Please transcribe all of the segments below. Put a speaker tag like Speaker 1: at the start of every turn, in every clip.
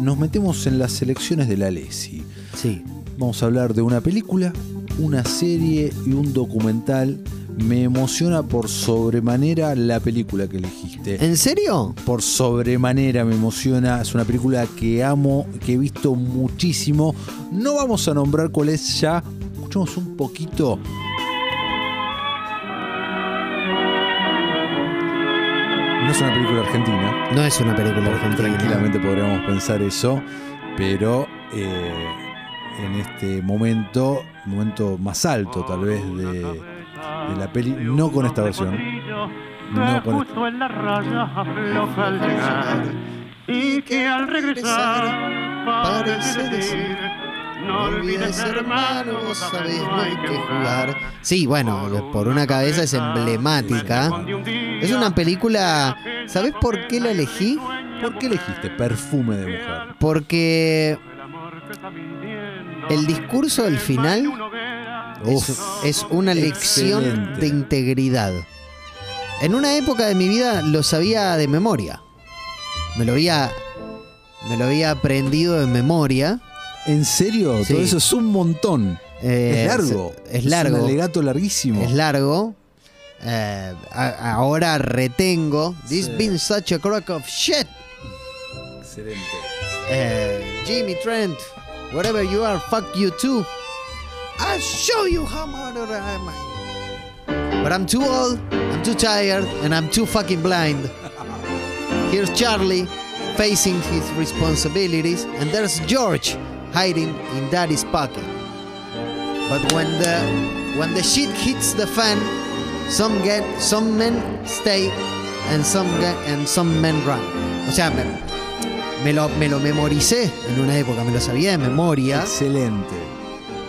Speaker 1: nos metemos en las selecciones de la Lesi.
Speaker 2: Sí.
Speaker 1: Vamos a hablar de una película, una serie y un documental. Me emociona por sobremanera la película que elegiste.
Speaker 2: ¿En serio?
Speaker 1: Por sobremanera me emociona. Es una película que amo, que he visto muchísimo. No vamos a nombrar cuál es ya. Escuchamos un poquito. No es una película argentina.
Speaker 2: No es una película argentina.
Speaker 1: Tranquilamente podríamos pensar eso, pero eh, en este momento, momento más alto tal vez de, de la peli, no con esta versión. No con esta.
Speaker 3: justo en la raya afloja al llegar y que al regresar parece decir no olvides hermano, sabes no hay que jugar.
Speaker 2: Sí, bueno, por una cabeza es emblemática. Es una película. ¿Sabes por qué la elegí?
Speaker 1: ¿Por qué elegiste perfume de mujer?
Speaker 2: Porque el discurso del final es,
Speaker 1: Uf,
Speaker 2: es una lección
Speaker 1: Excelente.
Speaker 2: de integridad. En una época de mi vida lo sabía de memoria. Me lo había, me lo había aprendido de memoria.
Speaker 1: ¿En serio?
Speaker 2: Sí.
Speaker 1: Todo eso es un montón. es
Speaker 2: Eh,
Speaker 1: largo.
Speaker 2: Es, es largo.
Speaker 1: un alegato larguísimo.
Speaker 2: Es largo. Eh, a- ahora retengo. This
Speaker 1: Sí.
Speaker 2: been such a crack of shit.
Speaker 1: Excelente.
Speaker 2: Eh, Jimmy Trent, whatever you are, fuck you too. I'll show you how much I am. But I'm too old, I'm too tired, and I'm too fucking blind. Here's Charlie facing his responsibilities, and there's George hiding in daddy's pocket. But when the when the shit hits the fan, some get some men stay and some get, and some men run. O sea, me, me lo, me lo memoricé en una época, me lo sabía de memoria.
Speaker 1: Excelente.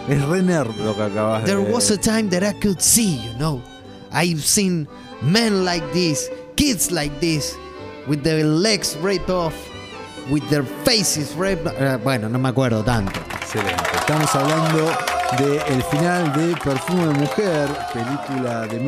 Speaker 1: Es re nerd lo que acabas
Speaker 2: There
Speaker 1: de
Speaker 2: was a time that I could see, you know. I've seen men like this, kids like this, with their legs ripped off, with their faces ripped. eh, bueno, no me acuerdo tanto.
Speaker 1: Excelente. Estamos hablando del final de Perfume de Mujer, película de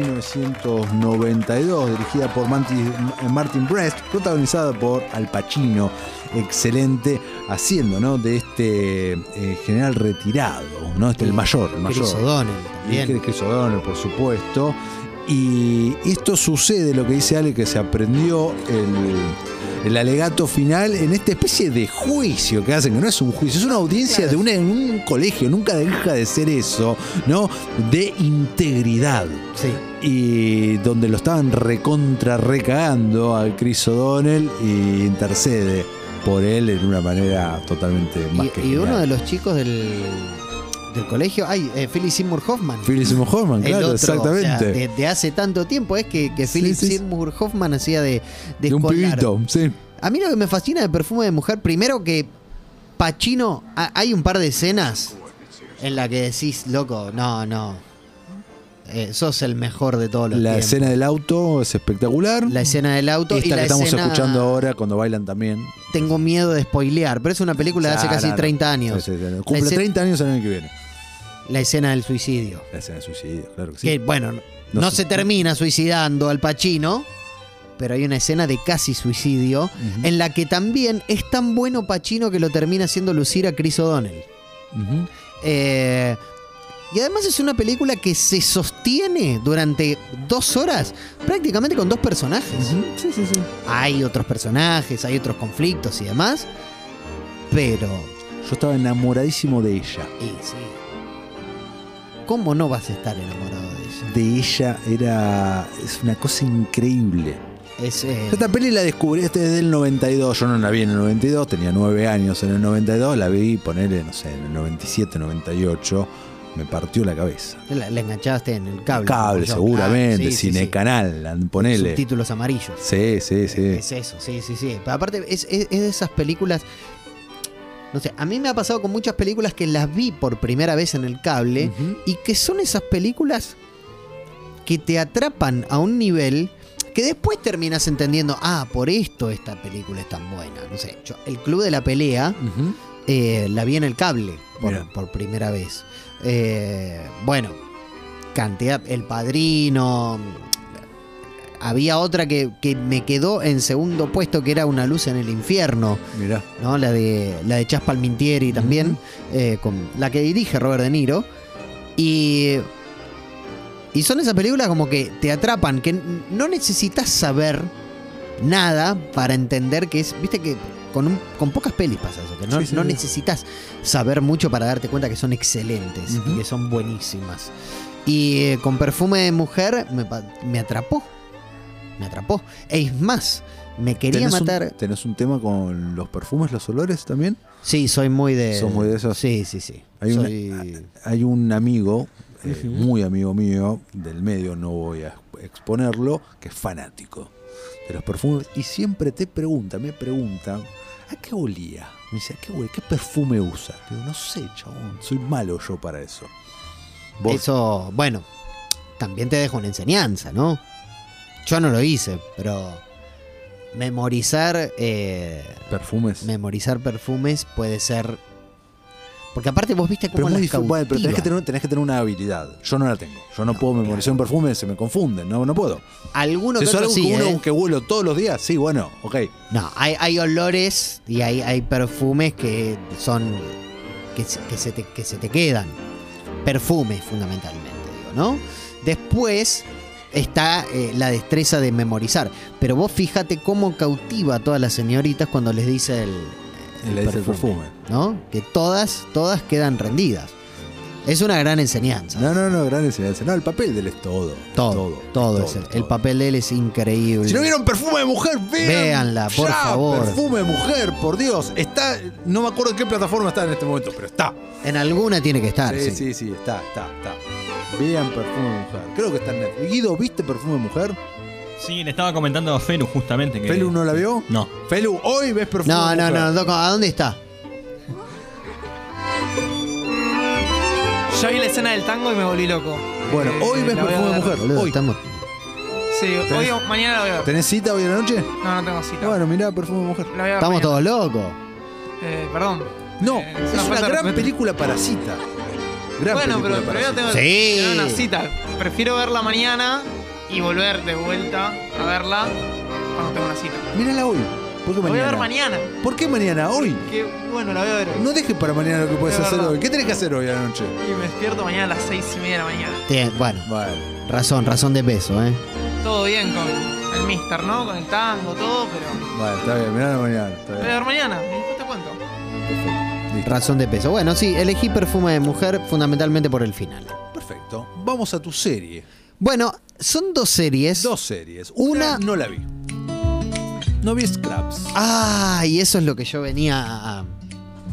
Speaker 1: 1992, dirigida por Manti- eh, Martin Brest, protagonizada por Al Pacino. Excelente, haciendo ¿no? de este eh, general retirado, ¿no? Este el mayor, el mayor.
Speaker 2: Chris O'Donnell
Speaker 1: Y
Speaker 2: también.
Speaker 1: es que Chris O'Donnell, por supuesto. Y esto sucede, lo que dice Ale, que se aprendió el, el alegato final en esta especie de juicio que hacen, que no es un juicio, es una audiencia de una- en un colegio, nunca deja de ser eso, ¿no? De integridad.
Speaker 2: Sí.
Speaker 1: Y donde lo estaban recontra recagando al Chris O'Donnell y intercede por él en una manera totalmente más que
Speaker 2: Y, y uno
Speaker 1: genial.
Speaker 2: de los chicos del, del colegio, ay, eh, Philip Seymour Hoffman.
Speaker 1: Philip Seymour Hoffman,
Speaker 2: El
Speaker 1: claro,
Speaker 2: otro,
Speaker 1: exactamente.
Speaker 2: o sea, de, de hace tanto tiempo es que, que Philip
Speaker 1: sí, sí.
Speaker 2: Seymour Hoffman hacía de, de
Speaker 1: de un
Speaker 2: escolar.
Speaker 1: pibito, sí.
Speaker 2: A mí lo que me fascina de perfume de mujer, primero que Pachino, hay un par de escenas en la que decís, loco, no, no. eh, sos el mejor de todos los
Speaker 1: La
Speaker 2: tiempos.
Speaker 1: escena del auto es espectacular.
Speaker 2: la escena del auto
Speaker 1: Esta
Speaker 2: y la
Speaker 1: que estamos
Speaker 2: escena-
Speaker 1: escuchando ahora cuando bailan también.
Speaker 2: Tengo miedo de spoilear, pero es una película de hace
Speaker 1: Ah,
Speaker 2: casi
Speaker 1: no, no.
Speaker 2: 30 años.
Speaker 1: Sí, sí, sí.
Speaker 2: La
Speaker 1: Cumple
Speaker 2: escena-
Speaker 1: 30 años el año que viene.
Speaker 2: La escena del suicidio.
Speaker 1: La escena de suicidio, claro que sí.
Speaker 2: Que bueno, no,
Speaker 1: No
Speaker 2: se
Speaker 1: sé.
Speaker 2: termina suicidando al Pachino, pero hay una escena de casi suicidio en la que también es tan bueno Pachino que lo termina haciendo lucir a Chris O'Donnell.
Speaker 1: Ujú.
Speaker 2: Eh, y además es una película que se sostiene durante dos horas prácticamente con dos personajes.
Speaker 1: Ujú. Sí, sí, sí.
Speaker 2: Hay otros personajes, hay otros conflictos y demás, pero...
Speaker 1: Yo estaba enamoradísimo de ella.
Speaker 2: y sí. ¿Cómo no vas a estar enamorado de ella?
Speaker 1: De ella era. Es una cosa increíble.
Speaker 2: Es, eh,
Speaker 1: Esta peli la descubrí este desde el 92. Yo no la vi en el 92, tenía 9 años en el 92. La vi, ponerle, no sé, en el 97, 98. Me partió la cabeza.
Speaker 2: la, la enganchaste en el cable.
Speaker 1: Cable,
Speaker 2: como yo.
Speaker 1: seguramente.
Speaker 2: Ah, sí, sí, sí.
Speaker 1: Cinecanal, ponele.
Speaker 2: Subtítulos amarillos.
Speaker 1: Sí, sí, sí.
Speaker 2: Es eso, sí, sí, sí. Pero aparte, es, es- es de esas películas. No sé, a mí me ha pasado con muchas películas que las vi por primera vez en el cable
Speaker 1: Ujú.
Speaker 2: y que son esas películas que te atrapan a un nivel que después terminas entendiendo, ah, por esto esta película es tan buena. No sé, yo, el Club de la Pelea
Speaker 1: Ujú.
Speaker 2: eh, la vi en el cable por,
Speaker 1: Mira.
Speaker 2: por primera vez. Eh, bueno, cantidad, El Padrino, había otra que, que me quedó en segundo puesto, que era Una luz en el infierno,
Speaker 1: Mirá.
Speaker 2: ¿no? La de, la de Chas Palmintieri también, eh, con la que dirige Robert De Niro. Y, y son esas películas como que te atrapan, que n- no necesitas saber nada para entender que es, viste que con, un- con pocas pelis pasa eso, que no,
Speaker 1: Sí, sí,
Speaker 2: no
Speaker 1: sí.
Speaker 2: necesitas saber mucho para darte cuenta que son excelentes y
Speaker 1: Ujú.
Speaker 2: que son buenísimas. Y eh, con perfume de mujer me, pa- me atrapó, me atrapó. E es más, me quería
Speaker 1: ¿Tenés un-
Speaker 2: matar.
Speaker 1: ¿Tenés un tema con los perfumes, los olores también?
Speaker 2: Sí, soy muy de.
Speaker 1: ¿Sos muy de esos?
Speaker 2: Sí, sí, sí.
Speaker 1: Hay una-
Speaker 2: Soy-
Speaker 1: Hay un amigo, eh, muy amigo mío, del medio, no voy a exponerlo, que es fanático de los perfumes y siempre te pregunta, me pregunta, ¿a qué olía? Me dice, ¿a qué huele? ¿Qué perfume usa? Digo, no sé, chabón, soy malo yo para eso. Vos,
Speaker 2: Eso, bueno, también te dejo una enseñanza, ¿no? Yo no lo hice, pero memorizar, eh,
Speaker 1: perfumes.
Speaker 2: memorizar perfumes puede ser, porque aparte vos viste
Speaker 1: Pero,
Speaker 2: cómo
Speaker 1: es muy
Speaker 2: las
Speaker 1: difícil. Bueno, pero tenés, que
Speaker 2: cautiva.
Speaker 1: tener, tenés que tener una habilidad. Yo no la tengo. Yo no, puedo memorizar un perfume, se me confunde. No, no puedo.
Speaker 2: Alguno
Speaker 1: si
Speaker 2: que
Speaker 1: es
Speaker 2: otro
Speaker 1: algo
Speaker 2: sí,
Speaker 1: que, uno,
Speaker 2: ¿eh?
Speaker 1: que huelo todos los días, sí, bueno, ok.
Speaker 2: No, hay, hay olores y hay, hay perfumes que son que, se- que se te, que se te quedan. Perfumes fundamentalmente, digo, ¿no? Después está eh, la destreza de memorizar. Pero vos fíjate cómo cautiva a todas las señoritas cuando les dice el, el
Speaker 1: Le dice el perfume.
Speaker 2: ¿no? Que todas, todas quedan rendidas. Es una gran enseñanza.
Speaker 1: No, no, no, gran enseñanza. No, el papel del es todo.
Speaker 2: todo, todo, es el, el papel de él es increíble.
Speaker 1: Si no vieron perfume de mujer, vean,
Speaker 2: Véanla, por
Speaker 1: ya,
Speaker 2: favor.
Speaker 1: Perfume de mujer, por Dios. Está, no me acuerdo en qué plataforma está en este momento, pero está.
Speaker 2: En alguna tiene que estar.
Speaker 1: sí,
Speaker 2: sí.
Speaker 1: sí, sí, está, está, está. Vean perfume de mujer. Creo que está en Netflix. Guido, ¿viste perfume de mujer?
Speaker 4: Sí, le estaba comentando a Felu justamente
Speaker 2: Eh,
Speaker 4: que.
Speaker 1: ¿Felu no la vio?
Speaker 4: No.
Speaker 1: Felu, hoy ves perfume
Speaker 2: No,
Speaker 1: de
Speaker 2: no,
Speaker 1: mujer.
Speaker 2: no, Doco, ¿a dónde está?
Speaker 5: Yo vi la escena del tango y me volví loco.
Speaker 1: Bueno, hoy
Speaker 5: Eh,
Speaker 1: ves
Speaker 5: la voy a
Speaker 1: perfume de
Speaker 5: ver.
Speaker 1: mujer.
Speaker 2: Boludo,
Speaker 1: hoy.
Speaker 2: estamos-
Speaker 5: Sí, hoy
Speaker 1: ¿Tenés-
Speaker 5: o mañana la voy a ver.
Speaker 1: ¿Tenés cita hoy a la noche?
Speaker 5: No, no tengo cita.
Speaker 1: Bueno, mirá, perfume de mujer.
Speaker 5: La voy a ver
Speaker 2: estamos todos
Speaker 5: mañana.
Speaker 2: locos.
Speaker 5: Eh, perdón.
Speaker 1: No,
Speaker 5: Eh,
Speaker 1: es
Speaker 5: no,
Speaker 1: una
Speaker 5: falta de
Speaker 1: gran
Speaker 5: respeto.
Speaker 1: película para cita. Gran
Speaker 5: bueno,
Speaker 1: película
Speaker 5: pero
Speaker 1: para
Speaker 5: primero
Speaker 1: cita.
Speaker 5: tengo
Speaker 2: Sí.
Speaker 5: que tener una cita. Prefiero verla mañana y volver de vuelta a verla cuando tengo una cita.
Speaker 1: Mírala hoy. ¿Por qué
Speaker 5: La voy a
Speaker 1: mañana?
Speaker 5: ver mañana.
Speaker 1: ¿Por qué mañana? Hoy.
Speaker 5: Que bueno, la voy a ver hoy.
Speaker 1: No dejes para mañana lo que puedes
Speaker 5: Es
Speaker 1: hacer
Speaker 5: verdad.
Speaker 1: hoy. ¿Qué tenés que hacer hoy a la noche?
Speaker 5: Y me despierto mañana a las seis y media de la mañana.
Speaker 2: Bien, bueno,
Speaker 1: Vale.
Speaker 2: razón, razón de peso, ¿eh?
Speaker 5: Todo bien con el mister, ¿no? Con el tango, todo, pero.
Speaker 1: Vale, está bien. Mirá la mañana. Está
Speaker 5: La voy a
Speaker 1: bien.
Speaker 5: ver mañana. y Después te cuento.
Speaker 1: Listo.
Speaker 2: Razón de peso. Bueno, sí, elegí perfume de mujer fundamentalmente por el final.
Speaker 1: Perfecto. Vamos a tu serie.
Speaker 2: Bueno, son dos series.
Speaker 1: Dos series.
Speaker 2: Una-
Speaker 1: Una no la vi. No vi Scraps.
Speaker 2: Ah, y eso es lo que yo venía a...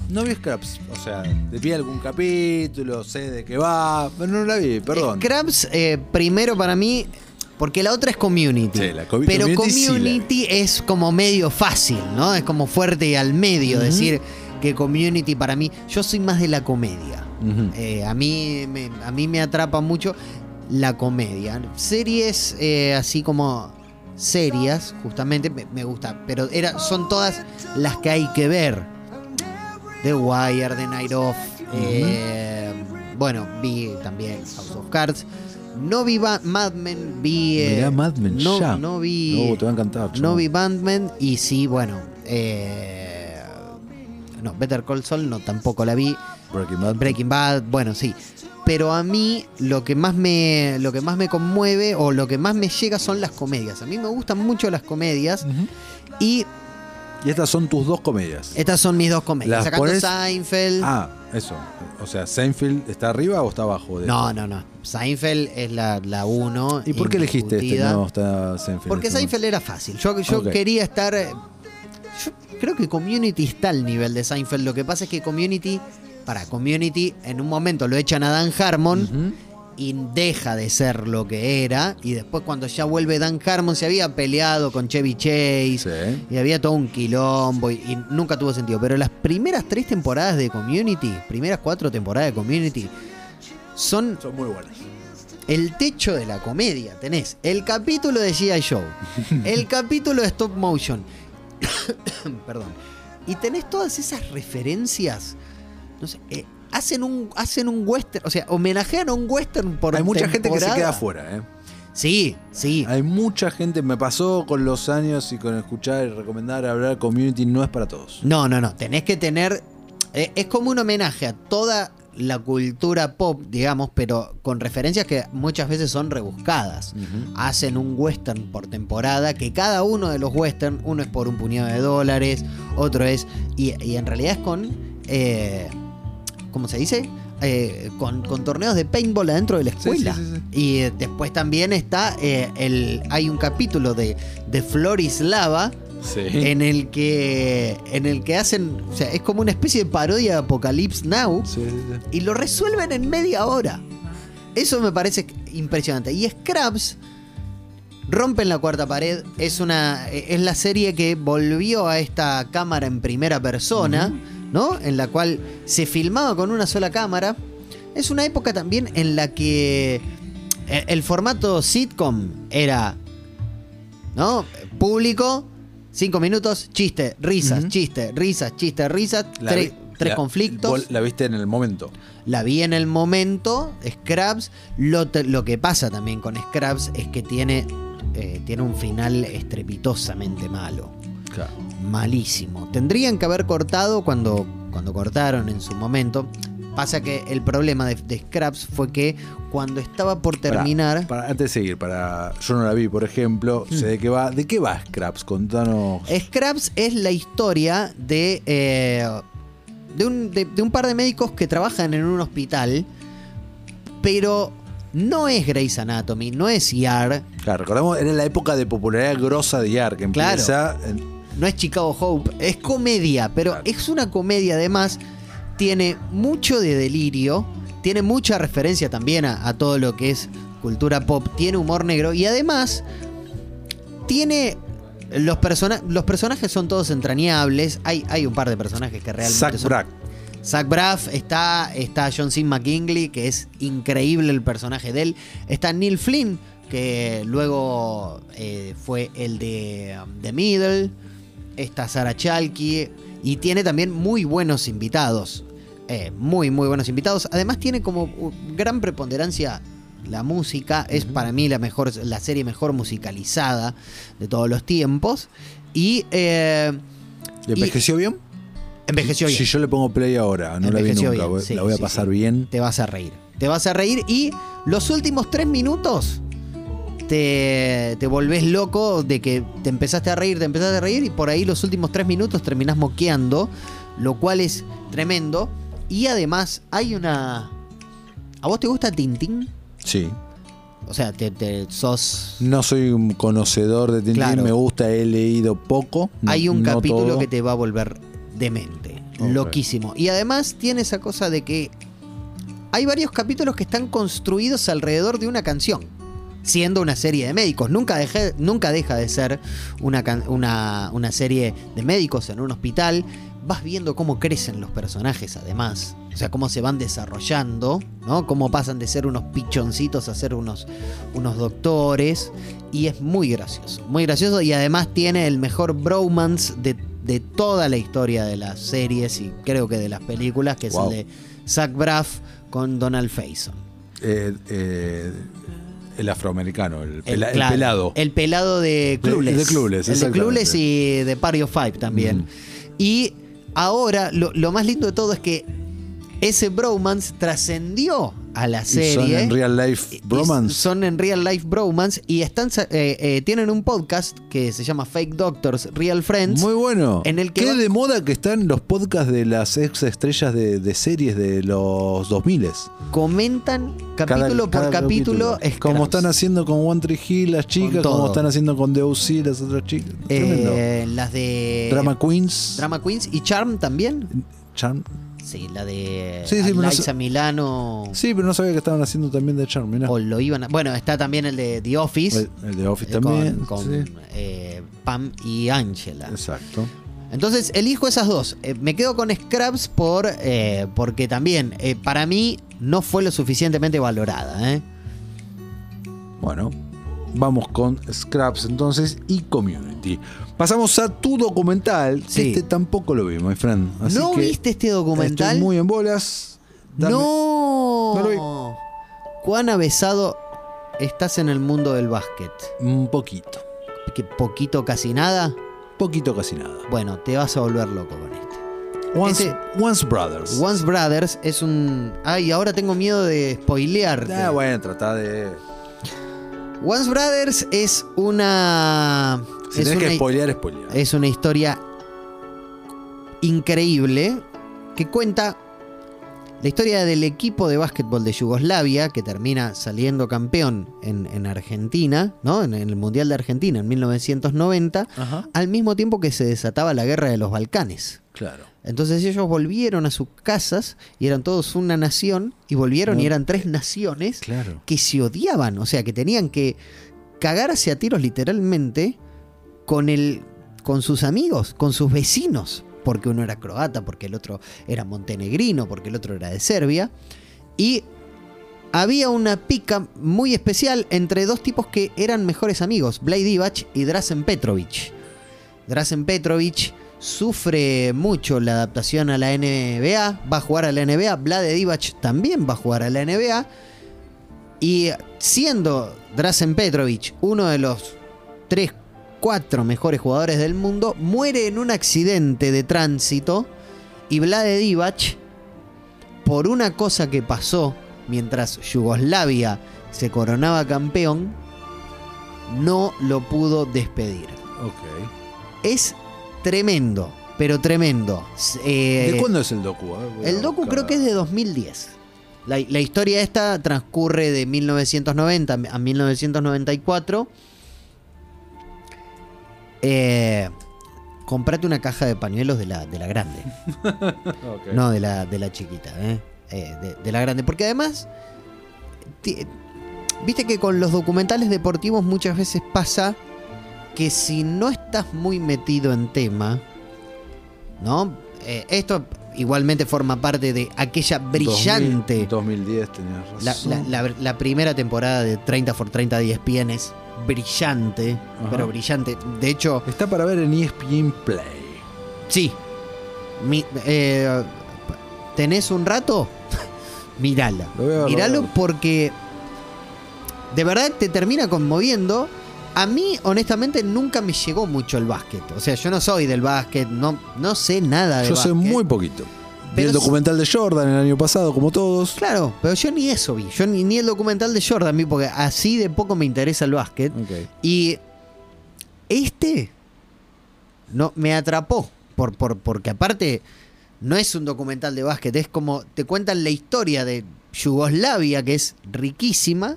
Speaker 1: No vi Scraps. O sea, vi algún capítulo, sé de qué va, pero no la vi, perdón.
Speaker 2: Scraps, eh, primero para mí, porque la otra es Community.
Speaker 1: Sí, la co-
Speaker 2: pero
Speaker 1: Community sí
Speaker 2: Community,
Speaker 1: la vi.
Speaker 2: es como medio fácil, ¿no? Es como fuerte y al medio decir que Community para mí... Yo soy más de la comedia.
Speaker 1: Ujú.
Speaker 2: Eh, a, mí, me, a mí me atrapa mucho la comedia. Series eh, así como serias, justamente, me, me gusta. Pero era, son todas las que hay que ver. The Wire, The Night Off. eh, bueno, vi también House of Cards. No vi Ba- Mad Men, vi... eh,
Speaker 1: Mirá Mad Men,
Speaker 2: no,
Speaker 1: ya.
Speaker 2: no vi...
Speaker 1: No, te va a encantar.
Speaker 2: No
Speaker 1: chabón.
Speaker 2: vi Bandman y sí, bueno. eh, no, Better Call Saul no tampoco la vi.
Speaker 1: Breaking Bad.
Speaker 2: Breaking Bad, bueno, sí. Pero a mí lo que más me lo que más me conmueve o lo que más me llega son las comedias. A mí me gustan mucho las comedias
Speaker 1: Ujú.
Speaker 2: y
Speaker 1: Y estas son tus dos comedias.
Speaker 2: estas son mis dos comedias.
Speaker 1: Las
Speaker 2: Sacando
Speaker 1: pones-
Speaker 2: Seinfeld.
Speaker 1: Ah, eso. O sea, ¿Seinfeld está arriba o está abajo? de-
Speaker 2: No, no, no. Seinfeld es la, la uno.
Speaker 1: ¿Y por qué elegiste este?
Speaker 2: indiscutida.
Speaker 1: No, está Seinfeld.
Speaker 2: Porque
Speaker 1: este, ¿no?
Speaker 2: Seinfeld era fácil. Yo, yo
Speaker 1: Ok.
Speaker 2: quería estar. eh, Yo creo que Community está al nivel de Seinfeld. Lo que pasa es que Community. Para Community, en un momento lo echan a Dan Harmon
Speaker 1: Ujú.
Speaker 2: y deja de ser lo que era. Y después, cuando ya vuelve Dan Harmon, se había peleado con Chevy Chase.
Speaker 1: Sí.
Speaker 2: Y había todo un quilombo y, y nunca tuvo sentido. Pero las primeras tres temporadas de Community, primeras cuatro temporadas de Community, son
Speaker 1: Son muy buenas.
Speaker 2: el techo de la comedia. Tenés el capítulo de G.I. Show, el capítulo de Stop Motion. Perdón. Y tenés todas esas referencias. No sé, eh, hacen, un, hacen un western, o sea, homenajean a un western por
Speaker 1: Hay mucha gente que se
Speaker 2: temporada.
Speaker 1: queda afuera, ¿eh?
Speaker 2: Sí, sí.
Speaker 1: Hay mucha gente, me pasó con los años y con escuchar y recomendar, hablar, community no es para todos.
Speaker 2: No, no, no. Tenés que tener. eh, es como un homenaje a toda la cultura pop, digamos, pero con referencias que muchas veces son rebuscadas. Hacen un western por temporada, que cada uno de los western, uno es por un puñado de dólares, otro es. Y, y en realidad es con. eh, ¿Cómo se dice? Eh, con, con torneos de paintball adentro de la escuela.
Speaker 1: sí, sí,
Speaker 2: Y eh, después también está eh, el. Hay un capítulo de, de Florislava
Speaker 1: Sí.
Speaker 2: en el que en el que hacen, o sea, es como una especie de parodia de Apocalypse Now
Speaker 1: Sí, sí, sí.
Speaker 2: y lo resuelven en media hora. Eso me parece impresionante. Y Scraps rompen la cuarta pared, es una es la serie que volvió a esta cámara en primera persona, ¿no? En la cual se filmaba con una sola cámara. Es una época también en la que eh, el formato sitcom era ¿no? Público, cinco minutos, chiste, risas,
Speaker 1: Ujú.
Speaker 2: chiste, risas, chiste, risas,
Speaker 1: La
Speaker 2: tre-
Speaker 1: vi-
Speaker 2: tres
Speaker 1: la-
Speaker 2: conflictos.
Speaker 1: vos La viste en el momento.
Speaker 2: La vi en el momento, Scraps. Lo, te- lo que pasa también con Scraps es que tiene, eh, tiene un final estrepitosamente malo.
Speaker 1: Claro.
Speaker 2: Malísimo. Tendrían que haber cortado cuando, cuando cortaron en su momento. Pasa que el problema de, de Scraps fue que cuando estaba por
Speaker 1: Pará,
Speaker 2: terminar. Mm.
Speaker 1: Para, antes de seguir, para yo no la vi, por ejemplo, sé de qué va. ¿De qué va Scraps? Contanos.
Speaker 2: Scraps es la historia de, eh, de, un, de- de un par de médicos que trabajan en un hospital, pero no es Grey's Anatomy, no es ER,
Speaker 1: Claro, recordamos, era la época de popularidad grosa de Yark, que
Speaker 2: Claro.
Speaker 1: empieza en-
Speaker 2: no es Chicago Hope, es comedia, pero
Speaker 1: Claro.
Speaker 2: es una comedia además, tiene mucho de delirio, tiene mucha referencia también a, a todo lo que es cultura pop, tiene humor negro y además tiene... Los, persona- los personajes son todos entrañables. Hay, hay un par de personajes que realmente
Speaker 1: Zach
Speaker 2: son-
Speaker 1: Brack.
Speaker 2: Zach Braff, está, está John C. McKinley, que es increíble el personaje de él. Está Neil Flynn, que luego eh, fue el de um, The Middle. Está Sara Chalky. Y tiene también muy buenos invitados. Eh, muy, muy buenos invitados. Además, tiene como uh, gran preponderancia la música. Es para mí la, mejor, la serie mejor musicalizada de todos los tiempos. Y eh,
Speaker 1: ¿Le envejeció bien?
Speaker 2: envejeció bien.
Speaker 1: Si yo le pongo play ahora, no la vi
Speaker 2: Envejeció
Speaker 1: nunca,
Speaker 2: bien,
Speaker 1: voy-
Speaker 2: sí,
Speaker 1: la voy a
Speaker 2: sí,
Speaker 1: pasar
Speaker 2: sí.
Speaker 1: bien.
Speaker 2: te vas a reír. Te vas a reír y los últimos tres minutos te, te volvés loco de que te empezaste a reír, te empezaste a reír y por ahí los últimos tres minutos terminás moqueando, lo cual es tremendo. Y además hay una... ¿A vos te gusta Tintín?
Speaker 1: Sí.
Speaker 2: O sea, te, te- sos...
Speaker 1: No soy un conocedor de Tintín,
Speaker 2: Claro.
Speaker 1: me gusta, he leído poco. no-
Speaker 2: Hay un
Speaker 1: no
Speaker 2: capítulo
Speaker 1: todo.
Speaker 2: que te va a volver demente.
Speaker 1: Ok.
Speaker 2: Loquísimo. Y además tiene esa cosa de que hay varios capítulos que están construidos alrededor de una canción. Siendo una serie de médicos. Nunca, dejé- nunca deja de ser una, can- una, una serie de médicos en un hospital. Vas viendo cómo crecen los personajes, además. O sea, cómo se van desarrollando, ¿no? Cómo pasan de ser unos pichoncitos a ser unos, unos doctores. Y es muy gracioso. Muy gracioso. Y además tiene el mejor bromance de, de toda la historia de las series y creo que de las películas, que
Speaker 1: Wow.
Speaker 2: es el de Zach Braff con Donald Faison.
Speaker 1: Eh, eh, el afroamericano, el, pela- el
Speaker 2: claro,
Speaker 1: pelado.
Speaker 2: El pelado de
Speaker 1: De-
Speaker 2: Clueless.
Speaker 1: de Clueless,
Speaker 2: El de
Speaker 1: exactamente.
Speaker 2: Clueless y de Party of Five también.
Speaker 1: Mm.
Speaker 2: Y ahora, lo, lo más lindo de todo es que ese bromance trascendió a la
Speaker 1: Y
Speaker 2: serie.
Speaker 1: son en real life
Speaker 2: Y-
Speaker 1: bromance.
Speaker 2: Son en real life bromance y están sa- eh, eh, tienen un podcast que se llama Fake Doctors, Real Friends.
Speaker 1: Muy bueno.
Speaker 2: en el que
Speaker 1: Qué
Speaker 2: va-
Speaker 1: de moda que están los podcasts de las ex estrellas de, de series de los 2000
Speaker 2: Comentan
Speaker 1: Cada-
Speaker 2: capítulo por
Speaker 1: cada
Speaker 2: capítulo.
Speaker 1: capítulo. Como
Speaker 2: Scraps.
Speaker 1: están haciendo con One Tree Hill las chicas,
Speaker 2: todo.
Speaker 1: como están haciendo con DOC las otras chicas.
Speaker 2: Eh,
Speaker 1: Tremendo.
Speaker 2: las de
Speaker 1: eh, Drama Queens.
Speaker 2: Drama Queens y Charm también.
Speaker 1: Charm.
Speaker 2: Sí, la de
Speaker 1: Sí, sí, pero no
Speaker 2: Liza
Speaker 1: sé-
Speaker 2: Milano.
Speaker 1: Sí, pero no sabía que estaban haciendo también de Charm. mirá.
Speaker 2: O lo iban a- Bueno, está también el de The Office.
Speaker 1: El, el de Office
Speaker 2: eh,
Speaker 1: también.
Speaker 2: Con,
Speaker 1: sí.
Speaker 2: con, eh, Pam y Angela.
Speaker 1: Exacto.
Speaker 2: Entonces elijo esas dos. Eh, me quedo con Scraps por, eh, porque también eh, para mí no fue lo suficientemente valorada. ¿eh?
Speaker 1: Bueno, vamos con Scraps entonces y Community. Pasamos a tu documental. que
Speaker 2: Sí.
Speaker 1: Este tampoco lo vi, my friend. Así
Speaker 2: ¿No
Speaker 1: que
Speaker 2: viste este documental?
Speaker 1: Estoy muy en bolas. Dame-
Speaker 2: No.
Speaker 1: No lo vi.
Speaker 2: Juan ha besado estás en el mundo del básquet.
Speaker 1: Un poquito.
Speaker 2: Que poquito, casi nada.
Speaker 1: Poquito casi nada.
Speaker 2: Bueno, te vas a volver loco con este.
Speaker 1: Once,
Speaker 2: Ese-
Speaker 1: Once Brothers.
Speaker 2: Once Brothers es un. Ay, ahora tengo miedo de spoilearte.
Speaker 1: Ah, bueno, tratá de.
Speaker 2: Once Brothers es una.
Speaker 1: Si
Speaker 2: es,
Speaker 1: tenés
Speaker 2: una eh,
Speaker 1: que spoilear, spoilear.
Speaker 2: es una historia increíble que cuenta la historia del equipo de básquetbol de Yugoslavia que termina saliendo campeón en, en Argentina, ¿no? En, en el Mundial de Argentina en 1990,
Speaker 1: Ajá.
Speaker 2: al mismo tiempo que se desataba la guerra de los Balcanes.
Speaker 1: Claro.
Speaker 2: Entonces ellos volvieron a sus casas y eran todos una nación y volvieron y
Speaker 1: Muy-
Speaker 2: eran tres naciones
Speaker 1: Claro.
Speaker 2: que se odiaban, o sea, que tenían que cagarse a tiros literalmente con el con sus amigos, con sus vecinos, porque uno era croata, porque el otro era montenegrino, porque el otro era de Serbia y había una pica muy especial entre dos tipos que eran mejores amigos, Blade Divac y Drazen Petrovic. Drazen Petrovic sufre mucho la adaptación a la NBA, va a jugar a la NBA, Vlade Divac también va a jugar a la NBA. Y siendo Drazen Petrovic uno de los 3, 4 mejores jugadores del mundo, muere en un accidente de tránsito y Vlade Divac, por una cosa que pasó mientras Yugoslavia se coronaba campeón, no lo pudo despedir.
Speaker 1: Ok.
Speaker 2: Es tremendo, pero tremendo. S- eh,
Speaker 1: ¿De cuándo es el docu? A ver, voy a
Speaker 2: el docu
Speaker 1: buscar.
Speaker 2: creo que es de 2010. La, la historia esta transcurre de 1990 a 1994. Eh, comprate una caja de pañuelos de la, de la grande.
Speaker 1: Ok.
Speaker 2: No, de la, de la chiquita, ¿eh? Eh, de, de la grande. Porque además, ti- viste que con los documentales deportivos muchas veces pasa que si no estás muy metido en tema, ¿no? Eh, esto igualmente forma parte de aquella
Speaker 1: 2000,
Speaker 2: brillante,
Speaker 1: 2010, tenías
Speaker 2: la,
Speaker 1: razón.
Speaker 2: la- la- la primera temporada de 30 por 30 de E ESPN es brillante,
Speaker 1: Ajá.
Speaker 2: pero brillante. De hecho,
Speaker 1: Está para ver en E ESPN Play.
Speaker 2: Sí. Mi- eh, ¿Tenés un rato? Mirala.
Speaker 1: Lo voy a ver, lo voy a
Speaker 2: Miralo
Speaker 1: ver.
Speaker 2: porque de verdad te termina conmoviendo. A mí, honestamente, nunca me llegó mucho el básquet. O sea, yo no soy del básquet, no, no sé nada de
Speaker 1: Yo sé
Speaker 2: básquet.
Speaker 1: muy poquito. Vi
Speaker 2: Pero
Speaker 1: el
Speaker 2: es-
Speaker 1: documental de Jordan el año pasado, como todos.
Speaker 2: Claro, pero yo ni eso vi. Yo ni, ni el documental de Jordan vi porque así de poco me interesa el básquet.
Speaker 1: Ok.
Speaker 2: Y este no, me atrapó, por, por, porque aparte no es un documental de básquet, es como te cuentan la historia de Yugoslavia, que es riquísima,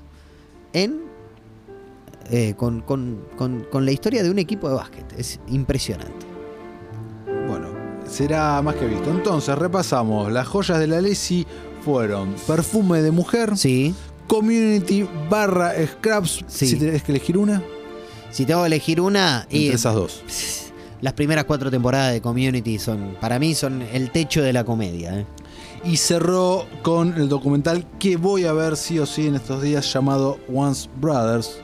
Speaker 2: en, eh, con, con- con- con la historia de un equipo de básquet. Es impresionante.
Speaker 1: Bueno, será más que visto. Entonces, repasamos. Las joyas de la Lesi fueron perfume de mujer,
Speaker 2: Sí,
Speaker 1: community barra scraps.
Speaker 2: Sí.
Speaker 1: Si tenés que elegir una,
Speaker 2: si tengo que elegir una... y-
Speaker 1: entre esas dos.
Speaker 2: Las primeras cuatro temporadas de Community son, para mí, son el techo de la comedia. ¿eh?
Speaker 1: Y cerró con el documental que voy a ver sí o sí en estos días llamado Once Brothers.